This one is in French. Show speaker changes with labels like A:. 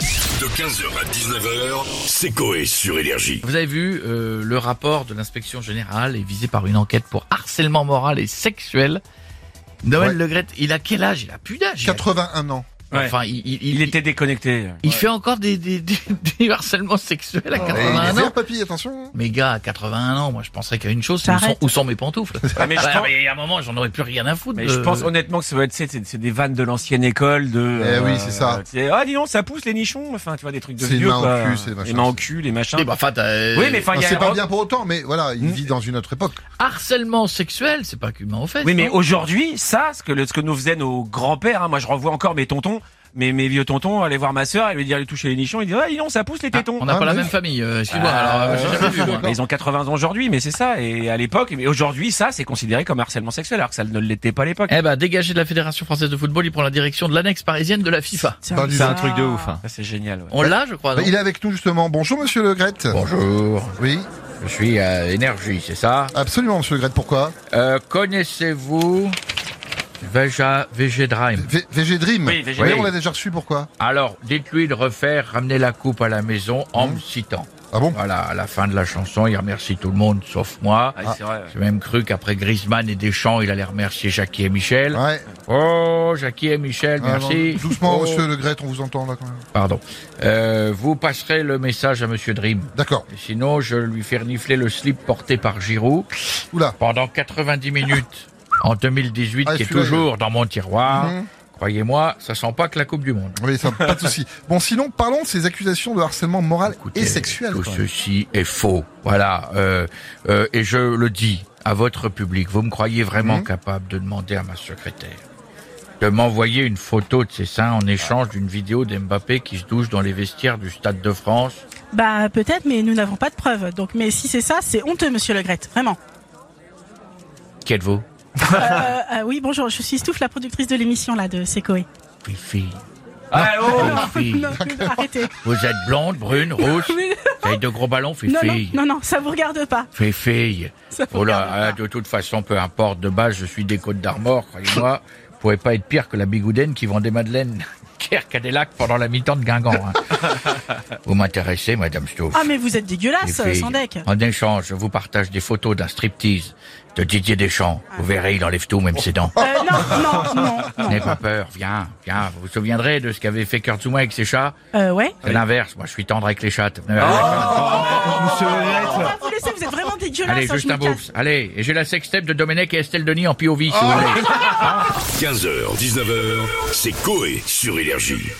A: De 15h à 19h, c'est Coé sur Énergie.
B: Vous avez vu, euh, le rapport de l'inspection générale est visé par une enquête pour harcèlement moral et sexuel. Noël
C: Ouais.
B: Legrette, il a quel âge Il a plus d'âge. il a-
C: 81 ans.
D: Ouais.
B: Enfin, il, il-
D: Il
B: il-
D: était déconnecté.
B: il fait encore des, des, des- des harcèlements sexuels à
C: Et il est
B: 81
C: fier,
B: ans.
C: papy, attention.
B: Mais gars, à 81 ans, moi je penserais qu'à une chose, c'est où sont,
E: T'arrêtes.
B: où sont mes pantoufles
D: Ah, mais je
B: Ouais,
D: pense,
B: mais à un moment, j'en aurais plus rien à foutre.
D: mais
B: de-
C: Euh.
D: je pense honnêtement que ça doit être, c'est, c'est- c'est des vannes de l'ancienne école, de.
C: Eh oui, c'est ça.
D: c'est, ah, dis donc, ça pousse les nichons. Enfin, tu vois, des trucs de
C: C'est les
D: vieux,
C: mains au
D: quoi.
C: cul, c'est des
D: les
C: machins.
D: mains au cul, les machins.
B: Eh ben, enfin, t'as-
D: oui, mais enfin,
C: Non,
D: il y a Mm.
C: C'est
D: un-
C: pas bien pour autant, mais voilà, il vit dans une autre époque.
B: harcèlement sexuel, c'est pas qu'humain aux fesses.
D: Oui, mais
B: non
D: aujourd'hui, ça, ce que, le- ce que nous faisaient nos grands-pères, hein, moi, je renvoie encore mes tontons, mes, mes vieux tontons, aller voir ma sœur et lui dire, aller toucher les nichons, il dit, ah, dis donc, ça pousse les
B: Ah,
D: tétons.
B: on n'a
C: Ah,
B: pas la
C: mais-
B: même famille. euh, Excuse-moi, alors euh, j'ai
C: Ah,
B: jamais vu. moi.
D: Mais ils ont 80 ans aujourd'hui, mais c'est ça. Et à l'époque, mais aujourd'hui, ça, c'est considéré comme harcèlement sexuel, alors que ça ne l'était pas à l'époque.
B: Eh ben, dégagé de la Fédération française de football, il prend la direction de l'annexe parisienne de la FIFA.
C: Bah, dis
E: C'est un
C: donc.
E: truc de ouf. hein.
D: Ça, c'est génial. ouais.
B: On l'a, je crois.
C: Bah,
B: non
C: Il est avec nous justement. Bonjour Monsieur Le Gret.
F: Bonjour,
C: Oui,
F: je suis à Énergie, c'est ça
C: absolument Monsieur Le Gret. Pourquoi
F: Euh, Connaissez-vous Veja Vegedraim
C: V- VG Dream.
D: Oui, VG
C: Mais
D: Dream.
C: on l'a déjà reçu. Pourquoi
F: Alors, dites-lui de refaire ramener la coupe à la maison en me citant.
C: Ah bon
F: Voilà, à la fin de la chanson, il remercie tout le monde sauf moi.
D: Ah, c'est vrai. ouais.
F: J'ai même cru qu'après Griezmann et Deschamps, il allait remercier Jackie et Michel.
C: Ouais.
F: Oh, Jackie et Michel,
C: Hein Ah, non,
F: merci.
C: Doucement
F: Oh,
C: Monsieur Le Gret, on vous entend là quand même.
F: Pardon. Euh, vous passerez le message à Monsieur Dream.
C: D'accord.
F: Et Sinon, je lui fais renifler le slip porté par Giroud.
C: Oula.
F: pendant 90 minutes en 2018,
C: Ah,
F: qui est
C: celui-là,
F: toujours dans mon tiroir.
C: Mhm.
F: Croyez-moi, ça sent pas que la Coupe du Monde.
C: Oui, ça, pas de souci. Bon, sinon parlons de ces accusations de harcèlement moral
F: Écoutez,
C: et sexuel.
F: Tout
C: quand même.
F: ceci est faux. Voilà. euh, euh, et je le dis à votre public. Vous me croyez vraiment
C: Mhm.
F: capable de demander à ma secrétaire de m'envoyer une photo de ses seins en échange d'une vidéo d'Mbappé qui se douche dans les vestiaires du Stade de France
E: Bah peut-être, mais nous n'avons pas de preuves. Donc, mais si c'est ça, c'est honteux, Monsieur Le Gret, vraiment.
F: Qui êtes-vous
E: Euh, euh, oui, bonjour, je suis Stouff, la productrice de l'émission là de Secoé.
F: Oui, fille.
D: Ah, oh,
F: Oui, fille.
E: Non, arrêtez.
F: Vous êtes blonde, brune, rousse
E: Mais
F: Vous avez de gros ballons, fille.
E: Non, non, non, non, ça vous regarde pas.
F: Fais fille.
E: Ça vous
F: Oh là,
E: regarde
F: ah, de toute façon, peu importe. De base, je suis des Côtes d'Armor, croyez-moi. Vous pouvez pas être pire que la bigoudaine qui vendait Madeleine Kerr Cadillac pendant la mi-temps de Guingamp. hein. vous m'intéressez, Madame Stouff.
E: Ah mais vous êtes dégueulasse,
F: Les filles. Ah.
E: Sandek.
F: En échange, je vous partage des photos d'un striptease de Didier Deschamps.
E: Ah.
F: Vous verrez, il enlève tout, même ses dents.
E: Euh, non, non, non, non.
F: N'ayez pas peur, viens, viens. Vous vous souviendrez de ce qu'avait fait Kurtzuma avec ses chats
E: Euh, ouais.
F: C'est l'inverse, moi je suis tendre avec les chattes. Euh,
E: On va vous laisser, vous êtes vraiment dégueulasse.
F: Allez,
E: hein,
F: juste
E: je
F: un
E: me casse. Oh,
F: bouffe. Allez, et j'ai la sextape de Domenech et Estelle Denis en POV, si vous voulez.
A: 15h, 19h, c'est Coé sur Énergie.